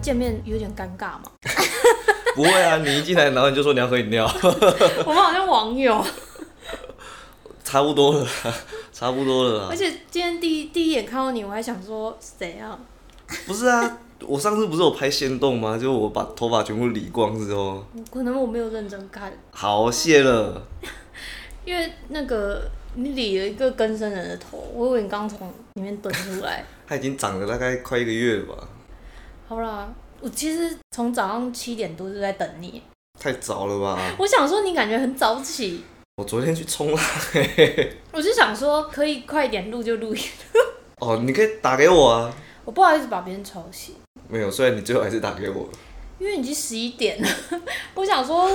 见面有点尴尬嘛。不会啊，你一进来，然后你就说你要喝饮 料，我们好像网友，差不多了啦，差不多了 而啦。且今天第一第一眼看到你，我还想说谁啊？不是啊，我上次不是有拍仙动吗？就我把头发全部理光之后，可能我没有认真看，好谢了。因为那个你理了一个更生人的头，我以为你刚从里面蹲出 来。它已经长了大概快一个月了吧，好啦，我其实从早上七点多就在等你，太早了吧？我想说你感觉很早起，我昨天去冲浪、我就想说可以快点录就录一 哦，你可以打给我啊。我不好意思把别人吵醒，没有，虽然你最后还是打给我了。因为已经十一点了， 我想说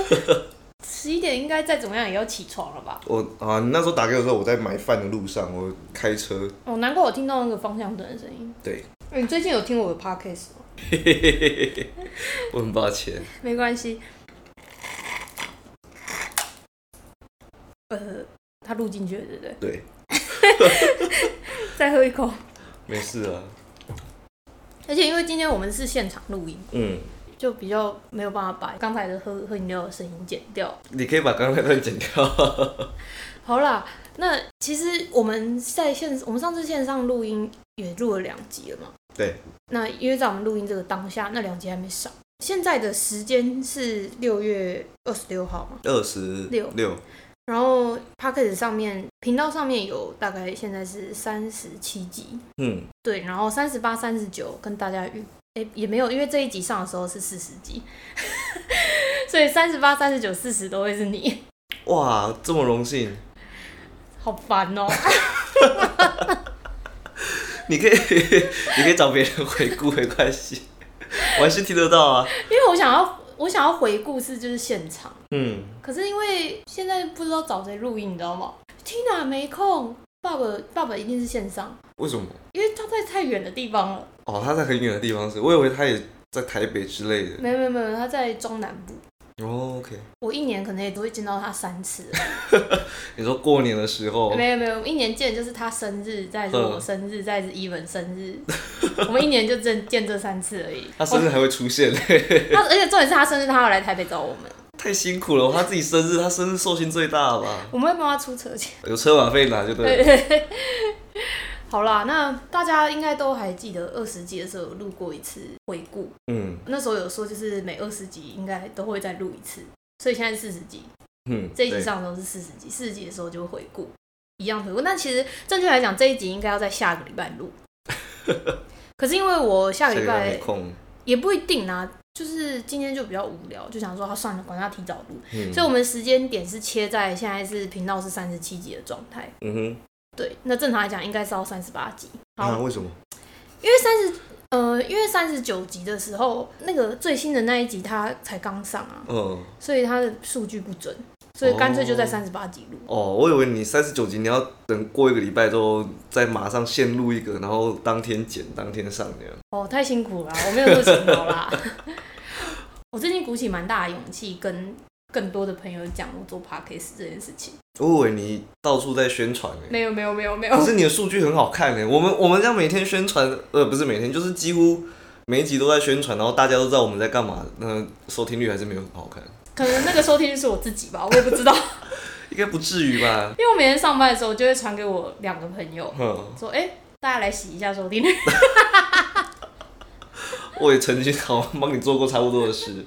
十一点应该再怎么样也要起床了吧？我啊，你那时候打给我的时候，我在买饭的路上，我开车。哦，难怪我听到那个方向灯的声音。对，欸你最近有听我的 podcast 吗？我很抱歉。没关系。呃，它录进去了，对不对？对，再喝一口。没事啊。而且因为今天我们是现场录音，嗯，就比较没有办法把刚才的喝喝饮料的声音剪掉。你可以把刚才那段剪掉。 好啦，那其实我们在线，我们上次线上录音也录了两集了嘛。对。那因为在我们录音这个当下，那两集还没上。现在的时间是六月二十六号嘛，二十六六，然后 p o c k e t 上面频道上面有大概现在是三十七集，嗯，对，然后三十八、三十九跟大家预，哎、也没有，因为这一集上的时候是四十集， 所以三十八、三十九、四十都会是你，哇，这么荣幸，好烦哦、你可以， 你可以找别人回顾，没关系， 我还是听得到啊。因为我想要我想要回故事就是现场，嗯，可是因为现在不知道找谁录音，你知道吗？Tina 没空，爸爸爸爸一定是线上，为什么？因为他在太远的地方了。哦，他在很远的地方是，我以为他也在台北之类的。没有没有没有，他在中南部，哦，OK，我一年可能也只会见到他三次。你说过年的时候，没有没有，一年见就是他生日，再是我嗯生日，再是伊文生日， 我们一年就见见这三次而已。 他生日还会出现， 他而且重点是他生日，他要来台北找我们，太辛苦了。他自己生日，他生日寿星最大了吧？我们会帮他出车钱。有车马费拿就对对了。对 对。好啦，那大家应该都还记得二十集的时候有录过一次回顾，嗯那时候有说就是每二十集应该都会再录一次，所以现在四十集，嗯，这一集对上的时候是四十集，四十集的时候就会回顾，一样回顾。那其实正确来讲，这一集应该要在下个礼拜 录，可是因为我下下个礼拜没拜空。也不一定啊，就是今天就比较无聊，就想说啊算了，管他提早录，嗯所以我们时间点是切在现在是频道是三十七集的状态。嗯哼，对，那正常来讲应该是要三十八集。好，啊，为什么？因为三十嗯呃，因为三十九集的时候，那个最新的那一集它才刚上啊，嗯，所以它的数据不准，所以干脆就在哦三十八集录。哦，我以为你三十九集你要等过一个礼拜之后再马上现录一个，然后当天剪当天上那样。哦，太辛苦了，我没有那么勤劳啦。 我最近鼓起蛮大的勇气，跟更多的朋友讲我做 podcast 这件事情。我以为你到处在宣传呢、没有，没有，没有，没有可。是你的数据很好看呢、欸我们我们这样每天宣传，呃，不是每天，就是几乎每一集都在宣传，然后大家都知道我们在干嘛，那、收听率还是没有很好看，可能那个收听率是我自己吧，我也不知 道。应该不至于吧？因为我每天上班的时候就会传给我两个朋友，哼，说：“哎、大家来洗一下收听率。我也曾经好像帮你做过差不多的事，”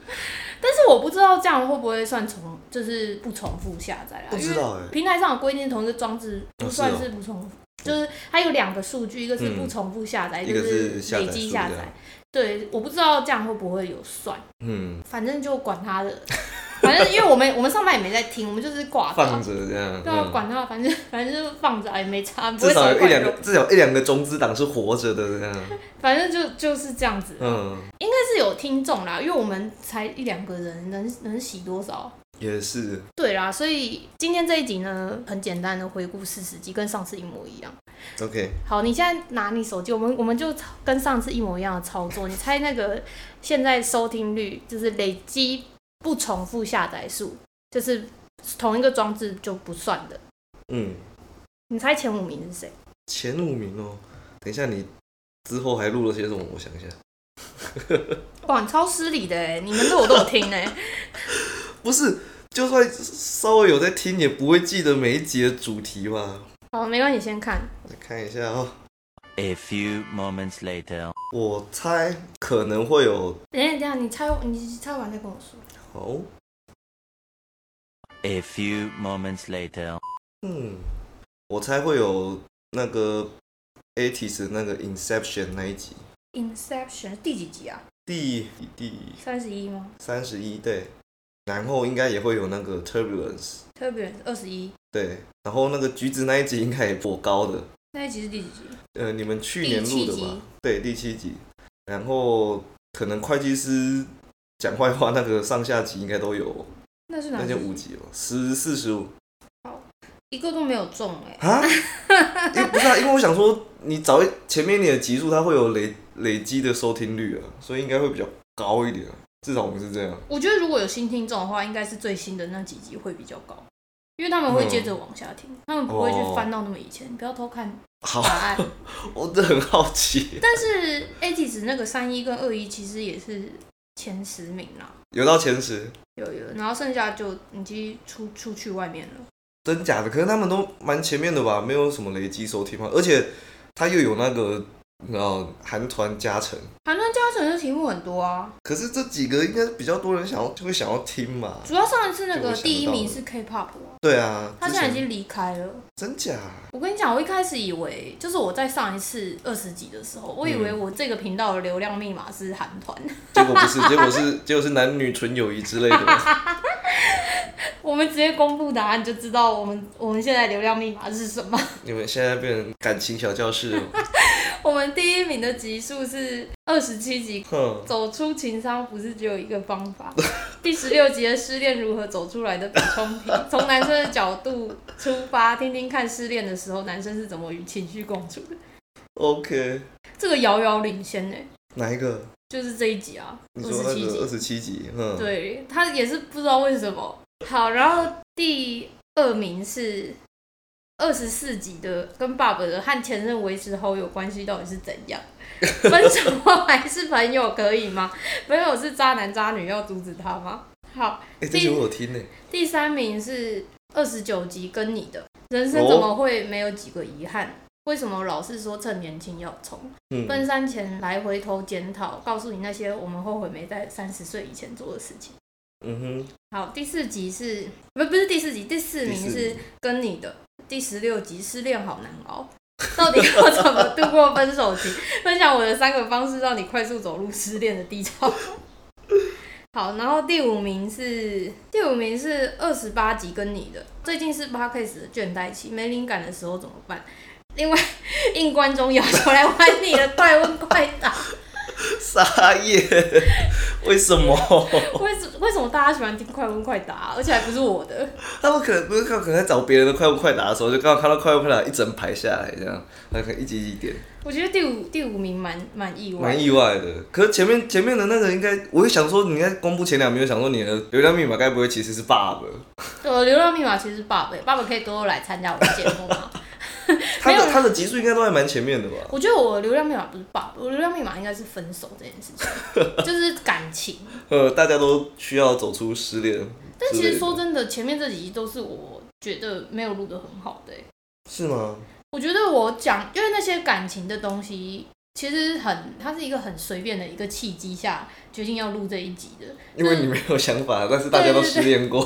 但是我不知道这样会不会算重，就是不欸重复下载啦。啊不知道哎、因为平台上有规定，同一个装置哦不算是是不重复，就是它有两个数据，一个是嗯不重复下载，一个个是下载累积下数量载。对，我不知道这样会不会有算。嗯，反正就管他的，反正因为我们我们上班也没在听，我们就是挂着放啊，着这样，对啊，嗯、管他，反正反正就放着啊，也没差，不至会少少有一管两用个，至少有一两个中资党是活着的这样，反正就就是这样子。嗯，应该是有听众啦，因为我们才一两个人，能能洗多少？也是，对啦，所以今天这一集呢，很简单的回顾四十集，跟上次一模一样。 OK，好，你现在拿你手机，我们我们就跟上次一模一样的操作。你猜那个现在收听率，就是累积不重复下载数，就是同一个装置就不算的。嗯，你猜前 五名是谁？前五名哦。等一下，你之后还录了些什么？我想一下， 哇，你超失礼的哎！你们对我都有听哎，不是，就算稍微有在听，也不会记得每一集的主题吧？好，没关系，先看。我再看一下哦， A few moments later. 我猜可能会有。哦等一下，等一下，你猜，你猜完再跟我说。好。 A few moments later. 嗯，我猜会有那个 eighties 那个 Inception 那一集。 Inception 第几集啊？第第三十一吗？三十一对，然后应该也会有那个 Turbulence。 Turbulence 二十一。对，然后那个橘子那一集应该也颇高的。那一集是第几集？呃，你们去年录的第七集吧？对，第七集。然后可能会计师讲坏话那个上下集应该都有，那是哪那集就五集吧，十四十五一个都没有中哎、啊？ 因为不是啊，因为我想说，你早一前面你的集数它会有累累积的收听率啊，所以应该会比较高一点啊。至少我们是这样。我觉得如果有新听众的话，应该是最新的那几集会比较高，因为他们会接着往下听，他们不会去翻到那么以前。你不要偷看嗯好答，案。我真的很好奇，但是 A T 值那个三一跟二一其实也是前十名啦，有到前十，有有，然后剩下就已经出出去外面了。真假的？可是他们都蛮前面的吧，没有什么累积收听嘛，而且他又有那个呃韩团加成。寒论加成的题目很多啊，可是这几个应该比较多人想要就会想要听嘛。主要上一次那这我个想第一到名了是 K-pop 啊，对啊，他之现在前已经离开了。真假？我跟你讲，我一开始以为就是我在上一次二十集的时候，我以嗯为我这个频道的流量密码是韩团，结果不 是，结果是结果是男女纯友谊之类的。 我们直接公布答案就知道我们我们现在流量密码是什么。你们现在变成感情小教室了， 我们第一名的集数是二十七集，哦 哼，走出情伤不是只有一个方 法。第十六集的失恋如何走出来的补充品，从男生的角度出发，听听看失恋的时候男生是怎么与情绪共处的。 OK，这个遥遥领先呢、哪一个？就是这一集啊，你二说十那七集个二。十七集，嗯，，对他也是不知道为什么。好，然后第二名是二十四集的，跟爸爸的和前任维持好友关系到底是怎样？ 分手还是朋友可以吗？朋友是渣男渣女，要阻止他吗？好，哎、这集我有听呢、第三名是二十九集跟你的人生怎么会没有几个遗憾？为什么老是说趁年轻要冲？嗯，奔三前来回头检讨，告诉你那些我们后悔没在三十岁以前做的事情。嗯好，第四集是不不是第四集，第四名第四是名跟你的第十六集失恋好难熬， 到底要怎么度过分手期？ 分享我的三个方式，让你快速走入失恋的低潮。 好，然后第五名是第五名是二十八集跟你的，最近是 podcast 的倦怠期，没灵感的时候怎么办？另外， 应观众要求来玩你的快问快 答，哼，撒野， 为什么？ 为什为什么大家喜欢听快问快答，啊而且还不是我的？他们可能不是可能在找别人的快不快答的时候，就刚好看到快不快答一整排下来这样，那可能一集一集点。我觉得第五第五名蛮蛮意外，蛮意外的。可是前面前面的那个应该，我就想说，你应该公布前两名，我想说你的流量密码该不会其实是 bug？呃，流浪密码其实是爸爸，爸爸可以多来参加我的节目嘛。 他没有的他的集数应该都还蛮前面的吧？我觉得我的流量密码不是爸爸，我的流量密码应该是分手这件事 情，就是感情。呃，大家都需要走出失恋。但其之类实的说真的，前面这几集都是我觉得没有录的很好的欸、是吗？我觉得我讲，因为那些感情的东西。其实很，它是一个很随便的一个契机下决定要录这一集的。因为你没有想嗯法，但是大家都失恋过。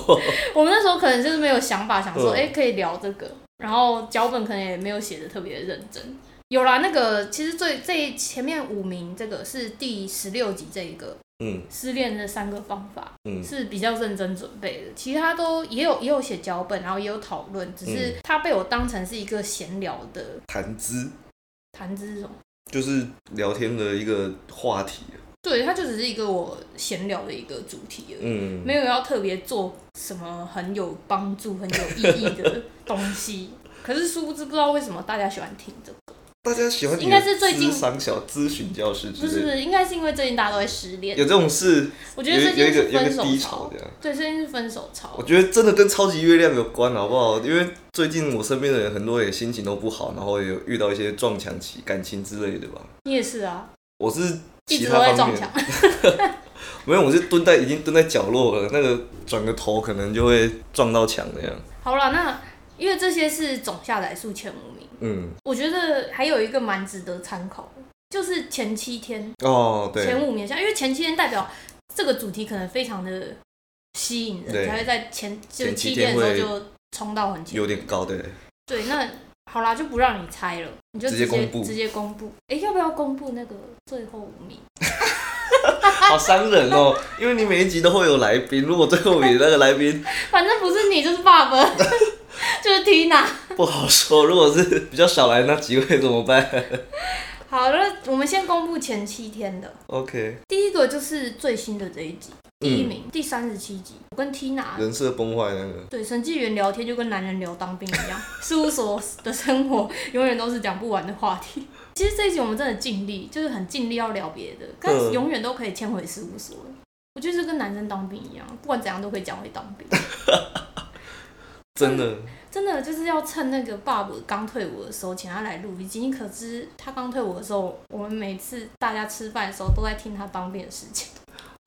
我们那时候可能就是没有想法，想说，嗯哎、可以聊这个，然后脚本可能也没有写的特别认真。有啦，那个其实最最前面五名这个是第十六集这一个 嗯失恋的三个方法嗯是比较认真准备的，其他都也有也有写脚本，然后也有讨论，只是嗯它被我当成是一个闲聊的谈资谈资是什么？就是聊天的一个话题。对，它就只是一个我闲聊的一个主题而已。嗯，没有要特别做什么很有帮助、很有意义的东 西。可是殊不知，不知道为什么大家喜欢听这个，大家喜欢你的应该是最近智商小咨询教室之不是类不的，是，应该是因为最近大家都在失恋有，这种事，我有觉得最一近有一个是有一分个手低潮潮这，样。对，最近是分手潮我。觉得真的跟超级月亮有关，好不好？因为最近我身边的人很多也心情都不好，然后也有遇到一些撞墙期、感情之类的吧。你也是啊，我是一其直他都在方撞面墙，没有，我是蹲在已经蹲在角落了，那个转个头可能就会撞到墙那样。 好了，那因为这些是总下载数前五名，嗯，我觉得还有一个蛮值得参考的，就是前七天、哦，前对，五名下，因为前七天代表这个主题可能非常的吸引人，对才会在前就是前七天天的会时候就冲到很前。有点高，对，对，那好啦，就不让你猜了，你就直直接接公布直接公布。哎、要不要公布那个最后五名？好伤人哦，因为你每一集都会有来宾，如果最后你那个来宾反正不是你就是爸 爸，就是 Tina。不好说，如果是比较少来那几位怎么办好了，那我们先公布前七天的。 ？OK，嗯第一个就是最新的这一集，第一名，第三十七集，我跟 Tina 人设崩坏那个，对审计员聊天就跟男人聊当兵一样，事务所的生活永远都是讲不完的话题。其实这一集我们真的尽力，就是很尽力要聊别的，但嗯永远都可以迁回事务所。我觉得这跟男生当兵一样，不管怎样都可以讲回当兵。真的，真的就是要趁那个爸爸刚退伍的时候，请他来录一集。你可知他刚退伍的时候，我们每次大家吃饭的时候都在听他当兵的事 情。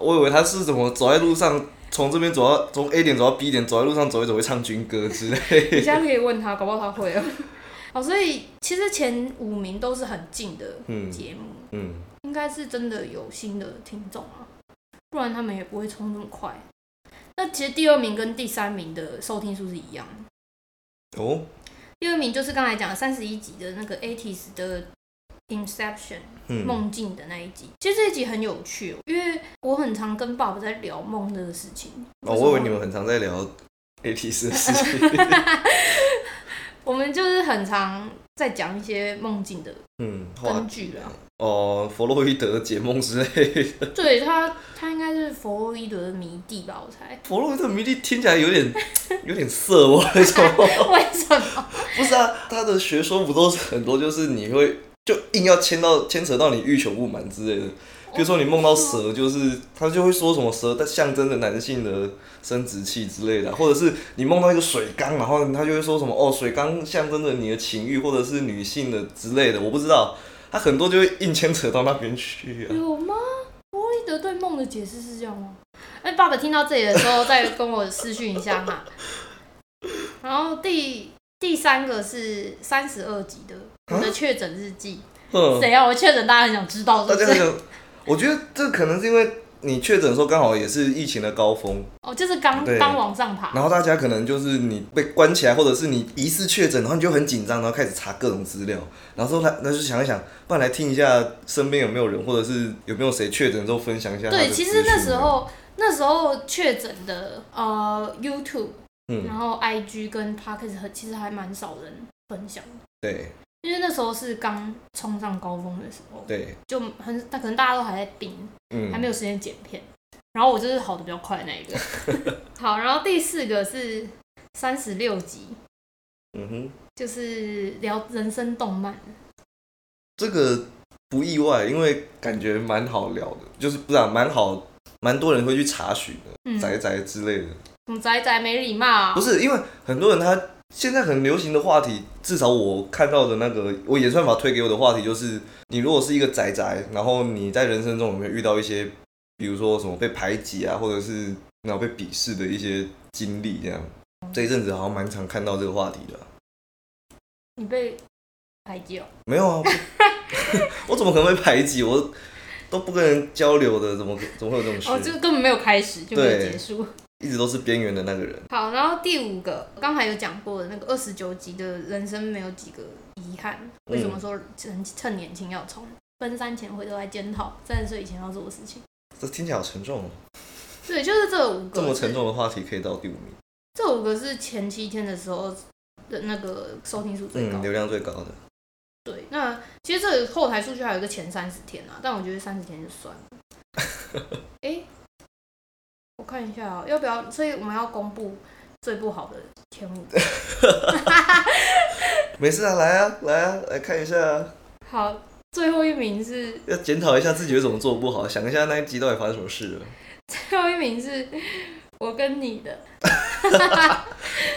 我以为他是怎么走在路上，从这边走到从 A 点走到 B 点，走在路上走一走会唱军歌之类。你现在可以问他，搞不好他会哦。 好，所以其实前五名都是很近的嗯节目，嗯，应该是真的有新的听众啊，不然他们也不会冲那么快。那其实第二名跟第三名的收听数是一样的。哦，第二名就是刚才讲三十一集的那个 ATIS 的 Inception。嗯，梦境的那一集。其实这一集很有趣、哦，因为我很常跟爸爸在聊梦这个事情。哦，为什么我以为你们很常在聊 A T 四的事情。我们就是很常在讲一些梦境的嗯，话根据啦。哦，弗洛伊德解梦之类的。对他，他应该是弗洛伊德的迷弟吧？我猜。 弗洛伊德迷弟听起来有点有点色，我为什么？ 为什么？不是啊，他的学说不都是很多，就是你会就硬要牵到牵扯到你欲求不满之类的。比如说你梦到蛇，就是他就会说什么蛇它象征着男性的生殖器之类的啊，或者是你梦到一个水缸，然后他就会说什么哦，水缸象征着你的情欲或者是女性的之类的，我不知道，他很多就会硬牵扯到那边去 啊。有吗？弗洛伊德对梦的解释是这样吗？哎，爸爸听到这里的时候，再跟我私讯一下 哈。然后第第三个是三十二集的啊我的确诊日记，嗯，谁啊？我确诊，大家很想知道大是不家很是？想，我觉得这可能是因为你确诊的时候刚好也是疫情的高峰，哦，就是刚对刚往上爬。然后大家可能就是你被关起来，或者是你疑似确诊，然后你就很紧张，然后开始查各种资料，然后说他那就想一想，不然来听一下身边有没有人，或者是有没有谁确诊之后分享一下他的对，资其讯。实那时候那时候确诊的呃 YouTube，然嗯，后 IG 跟 p o c k e t 和其实还蛮少人分享，对因为那时候是刚冲上高峰的时候，对，就很但可能大家都还在盯，嗯，还没有时间剪片。然后我就是好的比较快的那一个。 好，然后第四个是三十六集，嗯哼，就是聊人生动漫。这个不意外，因为感觉蛮好聊的，就是不然蛮好，蛮多人会去查询的，嗯，宅宅之类的。什么宅宅没礼貌不？是因为很多人他现在很流行的话题，至少我看到的那个我演算法推给我的话题就是，你如果是一个宅宅，然后你在人生中有没有遇到一些，比如说什么被排挤啊，或者是然后被鄙视的一些经历这样。这一阵子好像蛮常看到这个话题的啊、你被排挤哦。没有啊， 我我怎么可能会排挤？我都不跟人交流的，怎么怎么会有这种事？哦，就根本没有开始，就没有对结束。一直都是边缘的那个人。好，然后第五个，刚才有讲过的那个二十九集的人生没有几个遗憾，为嗯什么说趁趁年轻要冲？奔三前回头来检讨三十岁以前要做的事情。这听起来好沉重哦，对，就是这五个，这么沉重的话题可以到第五名，这五个是前七天的时候的那个收听数最高。嗯，流量最高的。对，那其实这个后台数据还有一个前三十天啊，但我觉得三十天就算了。哎、我看一下、啊，要不要？所以我们要公布最不好的前 五。没事啊，来啊，来啊，来看一下、啊，好，最后一名是要检讨一下自己为什么做不好，想一下那一集到底发生什么事了。最后一名是我跟你 的，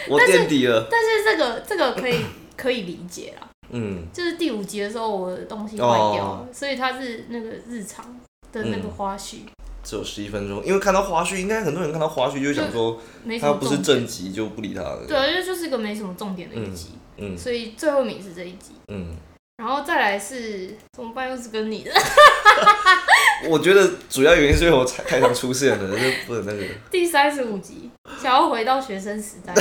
我垫底了，但是这个这个可以可以理解啦，嗯，就是第五集的时候我的东西坏掉了，哦所以它是那个日常，的那个嗯花絮，只有十一分钟，因为看到花絮，应该很多人看到花絮就会想说，没什他么不是重正点。集就不理他了。对啊，因为就是一个没什么重点的一嗯集，嗯所以最后一名是这一集，嗯，然后再来是怎么办？又是跟你的 我觉得主要原因是因为我太太常出现了，就不能那个。第三十五集，想要回到学生时代，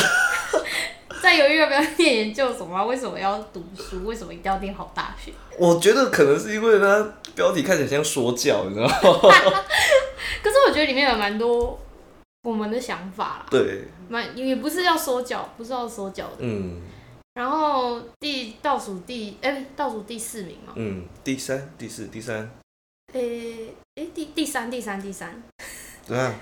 在犹豫要不要念研究所啊？为什么要读书？为什么一定要念好大学？我觉得可能是因为他标题看起来像说教，你知 道吗？可是我觉得里面有蛮多我们的想法啦，对，蛮也不是要说教，不是要说教的。嗯然后第倒数第哎、倒数第四名嘛，嗯，第三、第四、第三，哎、哎、第第三第三第三嗯对啊，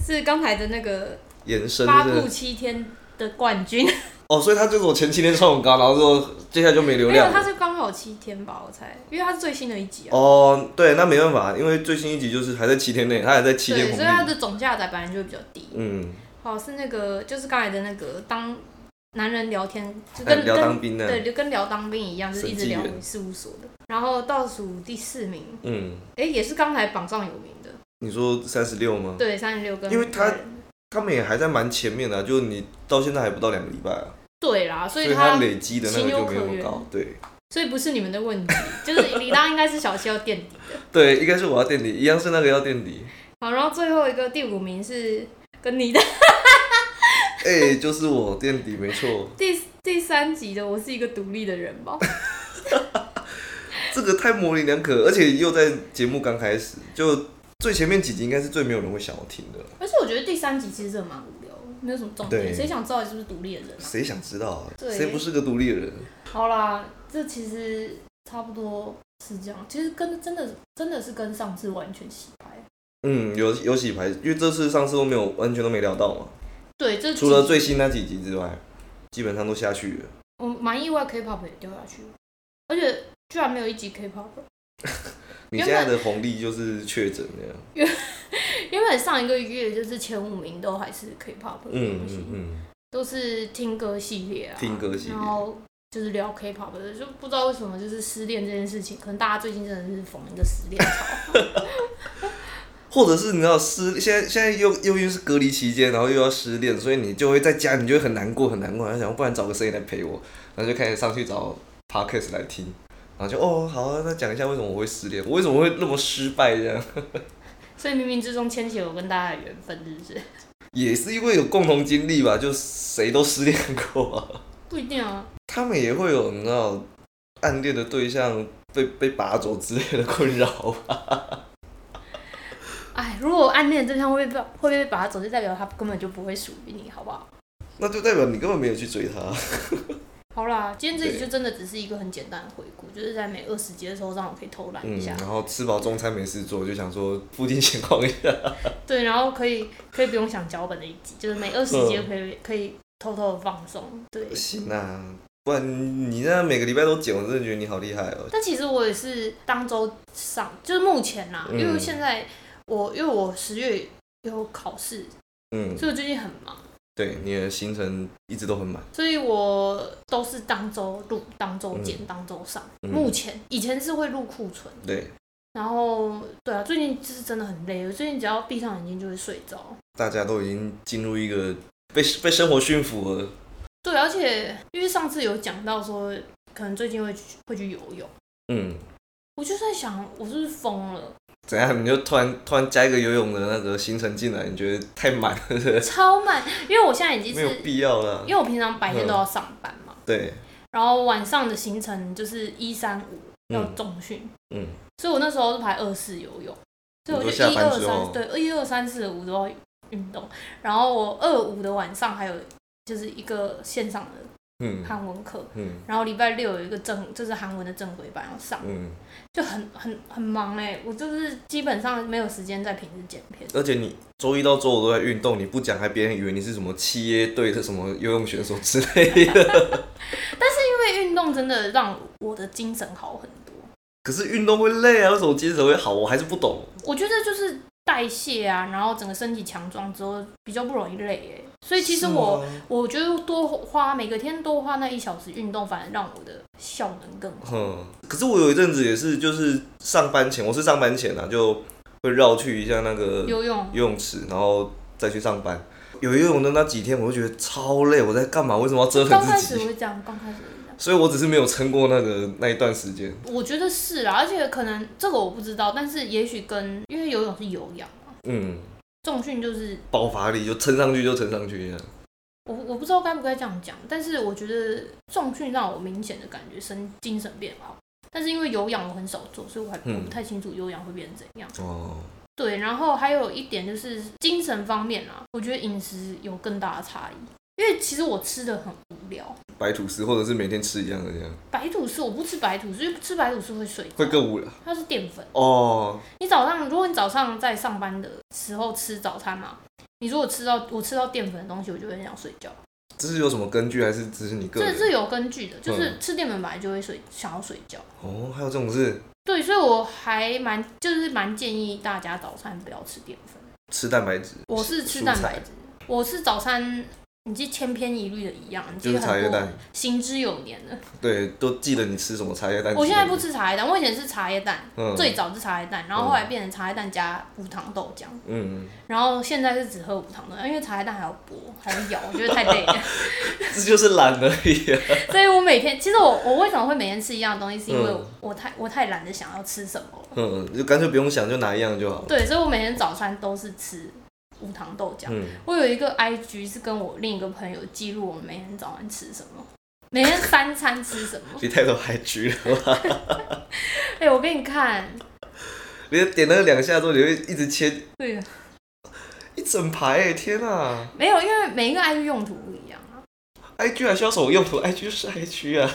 是刚才的那个延伸八对不步对七天的冠军，哦，所以他就是我前七天穿很高，然后之后接下来就没流没有量他了。是刚好七天吧，我猜，因为他是最新的一集啊。哦，对，那没办法，因为最新一集就是还在七天内，他还在七天对，红所以它利。的总下载本来就会比较低。嗯，好，是那个就是刚才的那个当男人聊天，就哎跟聊跟当兵的对，就跟聊当兵一样，就是一直审计聊员回事务所的。然后倒数第四名，嗯，哎、也是刚才榜上有名的，你说三十六吗？对，三十六跟因为他他他们也还在蛮前面的啊、就你到现在还不到两个礼拜啊，对啦，所所以以他他累积的那个就没有那情么有可高原。对所以不是你们的问题，就是李当应该是小七要垫底的。 对，应该是我要垫底，一样是那个要垫底。好，然后最后一个第五名是跟你的哎、就是我垫底，没错，第第三集的，我是一个独立的人吧。这个太模棱两可，而且又在节目刚开始，就最前面几集应该是最没有人会想要听的了，而且我觉得第三集其实真的蛮无聊，没有什么重点，对谁想知道你是不是独立的人啊？谁想知道啊？对谁不是个独立的人？好啦，这其实差不多是这样。其实跟真的真的是跟上次完全洗牌。嗯，有有洗牌，因为这次上次都没有完全都没聊到嘛，对，这除了集最新那几集之外，基本上都下去了。我蛮意外，K-pop 也掉下去了，而且居然没有一集 K-pop。你原现在的红利就是确诊那样。原本上一个月就是前五名都还是 K-pop 的嗯东西，嗯嗯，都是听歌系列啊，听歌系列然后就是聊 K-pop 的，就不知道为什么就是失恋这件事情，可能大家最近真的是逢一个失恋潮。或者是你知道失，现在现在又又又是隔离期间，然后又要失恋，所以你就会在家，你就会很难过很难过，然后想不然找个声音来陪我，然后就开始上去找 podcast 来听，然后就哦好、啊，那讲一下为什么我会失恋，我为什么会那么失败这样，所以冥冥之中牵起了我跟大家的缘分，是不是？也是因为有共同经历吧，就谁都失恋过、啊，不一定啊，他们也会有你知道暗恋的对象被 被拔走之类的困扰 吧，哎，如果暗恋对象会被会不会把他走，就代表他根本就不会属于你，好不好？那就代表你根本没有去追他。好啦，今天这集对就真的只是一个很简单的回顾，就是在每二十集的时候让我可以偷懒一嗯，下，然后吃饱中餐没事做，就想说附近闲逛一下。对，然后可以可以不用想脚本的一集，就是每二十嗯集就可以、可以偷偷的放松，对。行啊， 不然你这样每个礼拜都剪，我真的觉得你好厉害哦。但其实我也是当周上，就是目前啦，嗯因为现在我因为我十月有考试，嗯，所以我最近很忙，对，你的行程一直都很满。所以我都是当周录、当周剪、当周上。嗯目前以前是会录库存，对，然后对啊，最近就是真的很累，我最近只要闭上眼睛就会睡着。大家都已经进入一个被被生活驯服了。对，而且因为上次有讲到说，可能最近会去会去游泳，嗯，我就在想，我是不是疯了？怎样？你就突然突然加一个游泳的那个行程进来，你觉得太满了是不是，超慢，因为我现在已经没有嗯是，必要了因。为我平常白天都要上班嘛，对，然后晚上的行程就是一三五要嗯重训，嗯，所以我那时候是排二四游泳，所以我你就说下一班二之后三对一二三四五都要运动，然后我二五的晚上还有就是一个线上的嗯韩文课，嗯然后礼拜六有一个正就是韩文的正规班要上，嗯，就很很很忙哎、我就是基本上没有时间在平时剪片。而且你周一到周五都在运动，你不讲，还别人以为你是什么企业队的什么游泳选手之类的。因为运动真的让我的精神好很多，可是运动会累啊，为什么精神会好？我还是不懂。我觉得就是代谢啊，然后整个身体强壮之后比较不容易累哎、所以其实我是吗我觉得多花每个天多花那一小时运动，反而让我的效能更好。嗯，可是我有一阵子也是，就是上班前，我是上班前啊，就会绕去一下那个游泳游泳池，然后再去上班。有游泳的那几天，我就觉得超累，我在干嘛？为什么要折刚腾开自始己？会这样，刚开始会这样。所以我只是没有撑过那个那一段时间。我觉得是啦，而且可能这个我不知道，但是也许跟因为游泳是有氧嘛，嗯，重训就是爆发力就撑上去就撑上去，我我不知道该不该这样讲，但是我觉得重训让我明显的感觉身精神变好，但是因为有氧我很少做，所以我还嗯我不太清楚有氧会变成怎样。哦，对，然后还有一点就是精神方面啊，我觉得饮食有更大的差异，因为其实我吃的很无聊，白吐司或者是每天吃一样的这样，白吐司我不吃白吐司，因为吃白吐司会睡着，会更无聊它是淀粉。哦。你早上，如果你早上在上班的时候吃早餐嘛，你如果吃到我吃到淀粉的东西，我就会很想睡觉。这是有什么根据，还是只是你个这人？嗯是有根据的，就是吃淀粉本来就会睡，想要睡觉。哦，还有这种事，对，所以我还蛮就是蛮建议大家早餐不要吃淀粉。吃蛋白质。我是吃蔬蛋菜白质，我是早餐，你记千篇一律的一样，你就记是茶叶很多蛋，行之有年的。对，都记得你吃什么茶叶蛋。我现在不，吃茶叶蛋，我以前是茶叶蛋，嗯最早是茶叶蛋，然后后来变成茶叶蛋加无糖豆浆，嗯，然后现在是只喝无糖豆浆，因为茶叶蛋还要剥，还要咬，我觉得太累了。 这就是懒而已、啊。所以我每天，其实我我为什么会每天吃一样的东西，是因为嗯我太我太懒得想要吃什么了。嗯，就干脆不用想，就拿一样就好了。对，所以我每天早餐都是吃无糖豆浆。嗯，。我有一个 IG 是跟我另一个朋友记录我每天早上吃什么，每天三餐吃什么 你太多还局了吧？哎、我给你看，你点了两下之后，你会一直切对，一整排、欸，天啊没有，因为每一个 IG 用途不一样啊， ！IG 还需要什么用途？IG 就是 IG 啊，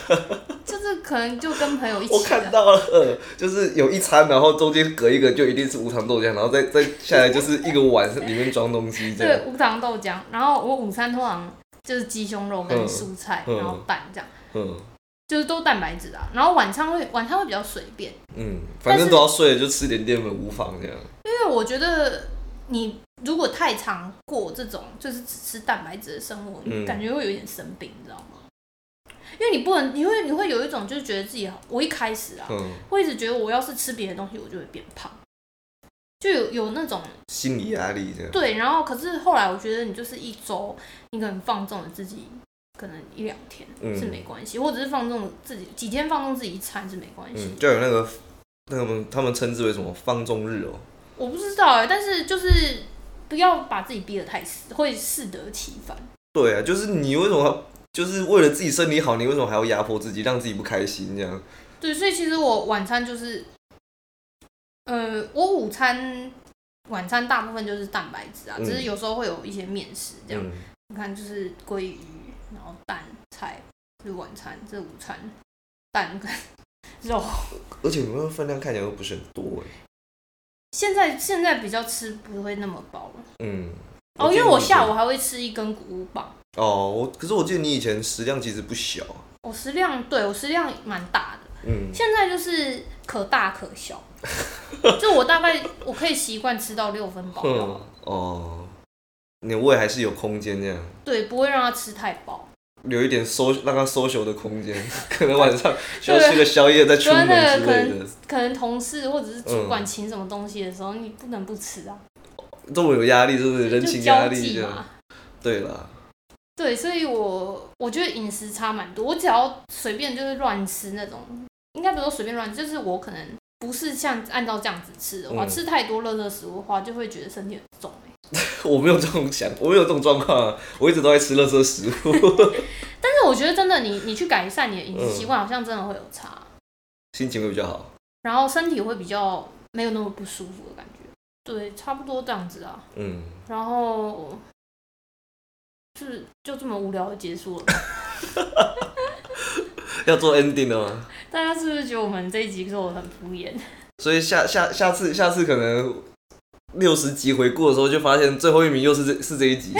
就是可能就跟朋友 一我起啊看的。到了，就是有一餐，然后中间隔一个就一定是无糖豆浆，然后再再下来就是一个碗里面装东西这对，样。无糖豆浆。然后我午餐通常就是鸡胸肉跟嗯蔬菜，嗯然后蛋这样，嗯就是都蛋白质啊。然后晚餐会晚餐会比较随便。嗯，反正都要睡了，就吃点淀粉无妨这样。因为我觉得你如果太常过这种就是只吃蛋白质的生活，嗯你感觉会有一点生病，你知道吗？因为你不能，你会你会有一种就是觉得自己好，我一开始啊，嗯，我一直觉得我要是吃别的东西，我就会变胖，就有有那种心理压力这样。对，然后可是后来我觉得你就是一周，你可能放纵了自己，可能一两天嗯是没关系，或者是放纵自己几天放纵自己一餐是没关系，嗯，就有那个那个们他们称之为什么放纵日哦。我不知道哎、但是就是不要把自己逼得太死，会适得其反。对啊，就是你为什么要就是为了自己身体好，你为什么还要压迫自己，让自己不开心这样？对，所以其实我晚餐就是，呃，我午餐、晚餐大部分就是蛋白质啊，嗯只是有时候会有一些面食这样。嗯，你看，就是鲑鱼，然后蛋、菜，这是晚餐，这是午餐，蛋跟 肉。而且你们的分量看起来又不是很多哎。现在现在比较吃不会那么饱了嗯。哦，因为我下午。午还会吃一根谷物棒。哦，我可是我记得你以前食量其实不小，我食量对我食量蛮大的，嗯，现在就是可大可小，就我大概我可以习惯吃到六分饱就好嗯，哦，你的胃还是有空间这样，对，不会让它吃太饱。留一点收让它收球的空间， 可能晚上需要吃个宵夜再出门之对啊那个类的，可能同事或者是主嗯管请什么东西的时候，你不能不吃啊，这么有压力是不是？人就情压交力际这样，嘛。对啦， 对，所以我我觉得饮食差蛮多。我只要随便就是乱吃那种，应该不是说随便乱吃，就是我可能不是像按照这样子吃的话，嗯吃太多热热食物的话，就会觉得身体很重、欸我没有这种想，我没有这种状况啊，我一直都在吃垃圾食物， 但是我觉得真的你，你去改善你的饮食习惯，好像真的会有差。心情会比较好。然后身体会比较没有那么不舒服的感觉。对，差不多这样子啊。嗯，然后就是就这么无聊的结束了。 要做 ending 了吗？大家是不是觉得我们这一集做的很敷衍？ 所以下下下次下次可能六十集回顾的时候，就发现最后一名又是这是这一集。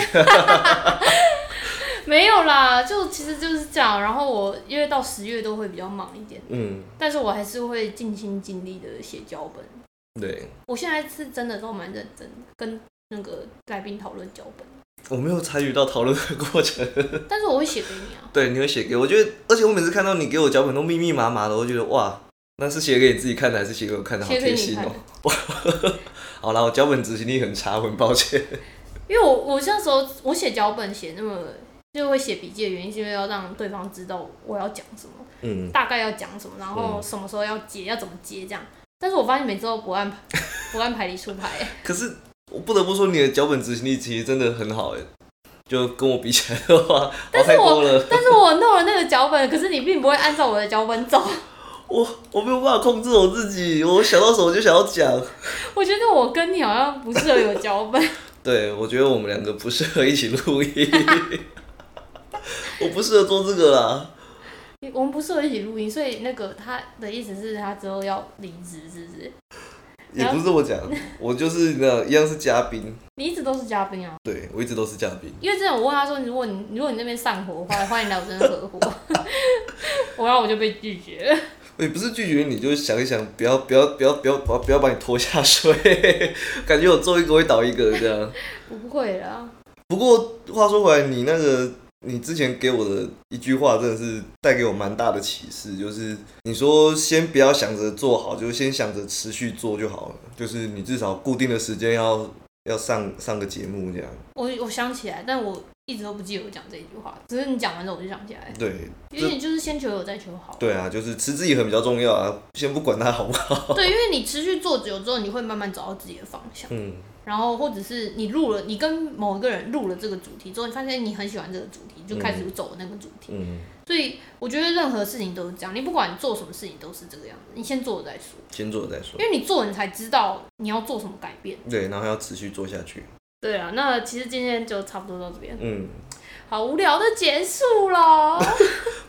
没有啦，就其实就是这样。然后我因为到十月都会比较忙一点，嗯，但是我还是会尽心尽力的写脚本。对。我现在是真的都蛮认真的跟那个来宾讨论脚本，我没有参与到讨论的过程。但是我会写给你啊。对，你会写给我，我觉得，而且我每次看到你给我脚本都密密麻麻的，我觉得哇，那是写给你自己看的，还是写给我看的？好写给贴你心哦、哦 好啦，我脚本执行力很差，我很抱歉。因为我我那时候我写脚本写那么就会写笔记的原因，是因为要让对方知道我要讲什么，嗯，大概要讲什么，然后什么时候要接，要怎么接这样。但是我发现每次都不按 不按牌理出 牌，可是我不得不说，你的脚本执行力其实真的很好哎，就跟我比起来的 话，好但哦太是多我了。但是我弄了那个脚本，可是你并不会按照我的脚本走。 我我没有办法控制我自己，我想到什么就想要讲。我觉得我跟你好像不适合有脚本， 对，我觉得我们两个不适合一起录音， 我不适合做这个啦。我们不适合一起录音，所以那个他的意思是他之后要离职，是不是？也不是这么讲，我就是那一样是嘉宾，你一直都是嘉宾啊，对我一直都是嘉宾。因为之前我问他说，如果你如果你那边散伙的话，欢迎来我这边合伙， 我然后我就被拒绝了。也不是拒绝你，就是想一想，不要不要不要不要不要不要把你拖下水，感觉我做一个会倒一个这样。我不会啦，不过话说回来，你那个你之前给我的一句话，真的是带给我蛮大的启示，就是你说先不要想着做好，就先想着持续做就好了，就是你至少固定的时间要要上上个节目这样。我我想起来，但我一直都不记得我讲这一句话，只是你讲完之后我就想起来，对，因为这你就是先求有再求好。对啊，就是持之以恒比较重要啊，先不管它好不好。对，因为你持续做久之后，你会慢慢找到自己的方向。嗯，然后或者是你录了，你跟某一个人录了这个主题之后，你发现你很喜欢这个主题，就开始走那个主题。嗯，所以我觉得任何事情都是这样，你不管做什么事情都是这个样子，你先做了再说，先做了再说。因为你做了你才知道你要做什么改变。对，然后要持续做下去。对啊，那其实今天就差不多到这边，嗯，好无聊的结束了。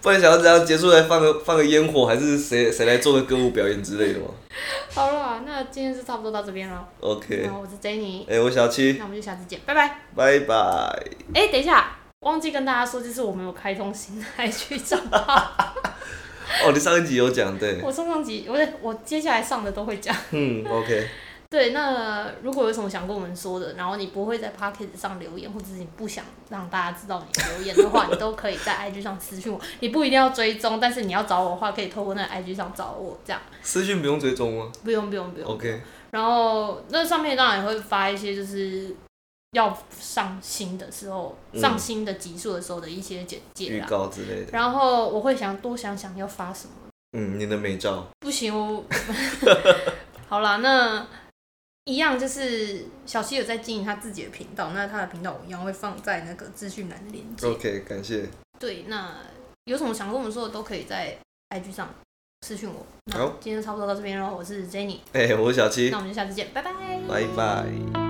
不然想要这样结束来放个放个烟火，还是谁谁来做个歌舞表演之类的吗 好啦，那今天就差不多到这边了。 ？OK，那我是 Jenny，哎、我小七那，我们就下次见，拜拜。拜拜。哎、等一下，忘记跟大家说，就是我们有开通新的 IG 账号。哦，你上一集有讲对，我上上集，我我接下来上的都会讲。嗯，OK，对，那如果有什么想跟我们说的，然后你不会在 p o c k e t 上留言，或者是你不想让大家知道你留言的话，你都可以在 IG 上私信我。你不一定要追踪，但是你要找我的话，可以透过那个 IG 上找我，这样私讯不用追踪吗不用不用不用。 ？OK，然后那上面当然也会发一些就是要上新的时候，嗯上新的集数的时候的一些简介预啦。告之类的。然后我会想多想想要发什么。嗯，你的美照，不行，我 好啦，那一样就是小七有在经营他自己的频道，那他的频道我一样会放在那个资讯栏的链接。 OK，感谢。对，那有什么想跟我们说的，都可以在 IG 上私讯我。那好今天就差不多到这边喽，我是 Jenny，哎、我是小七那，我们就下次见，拜拜。拜拜。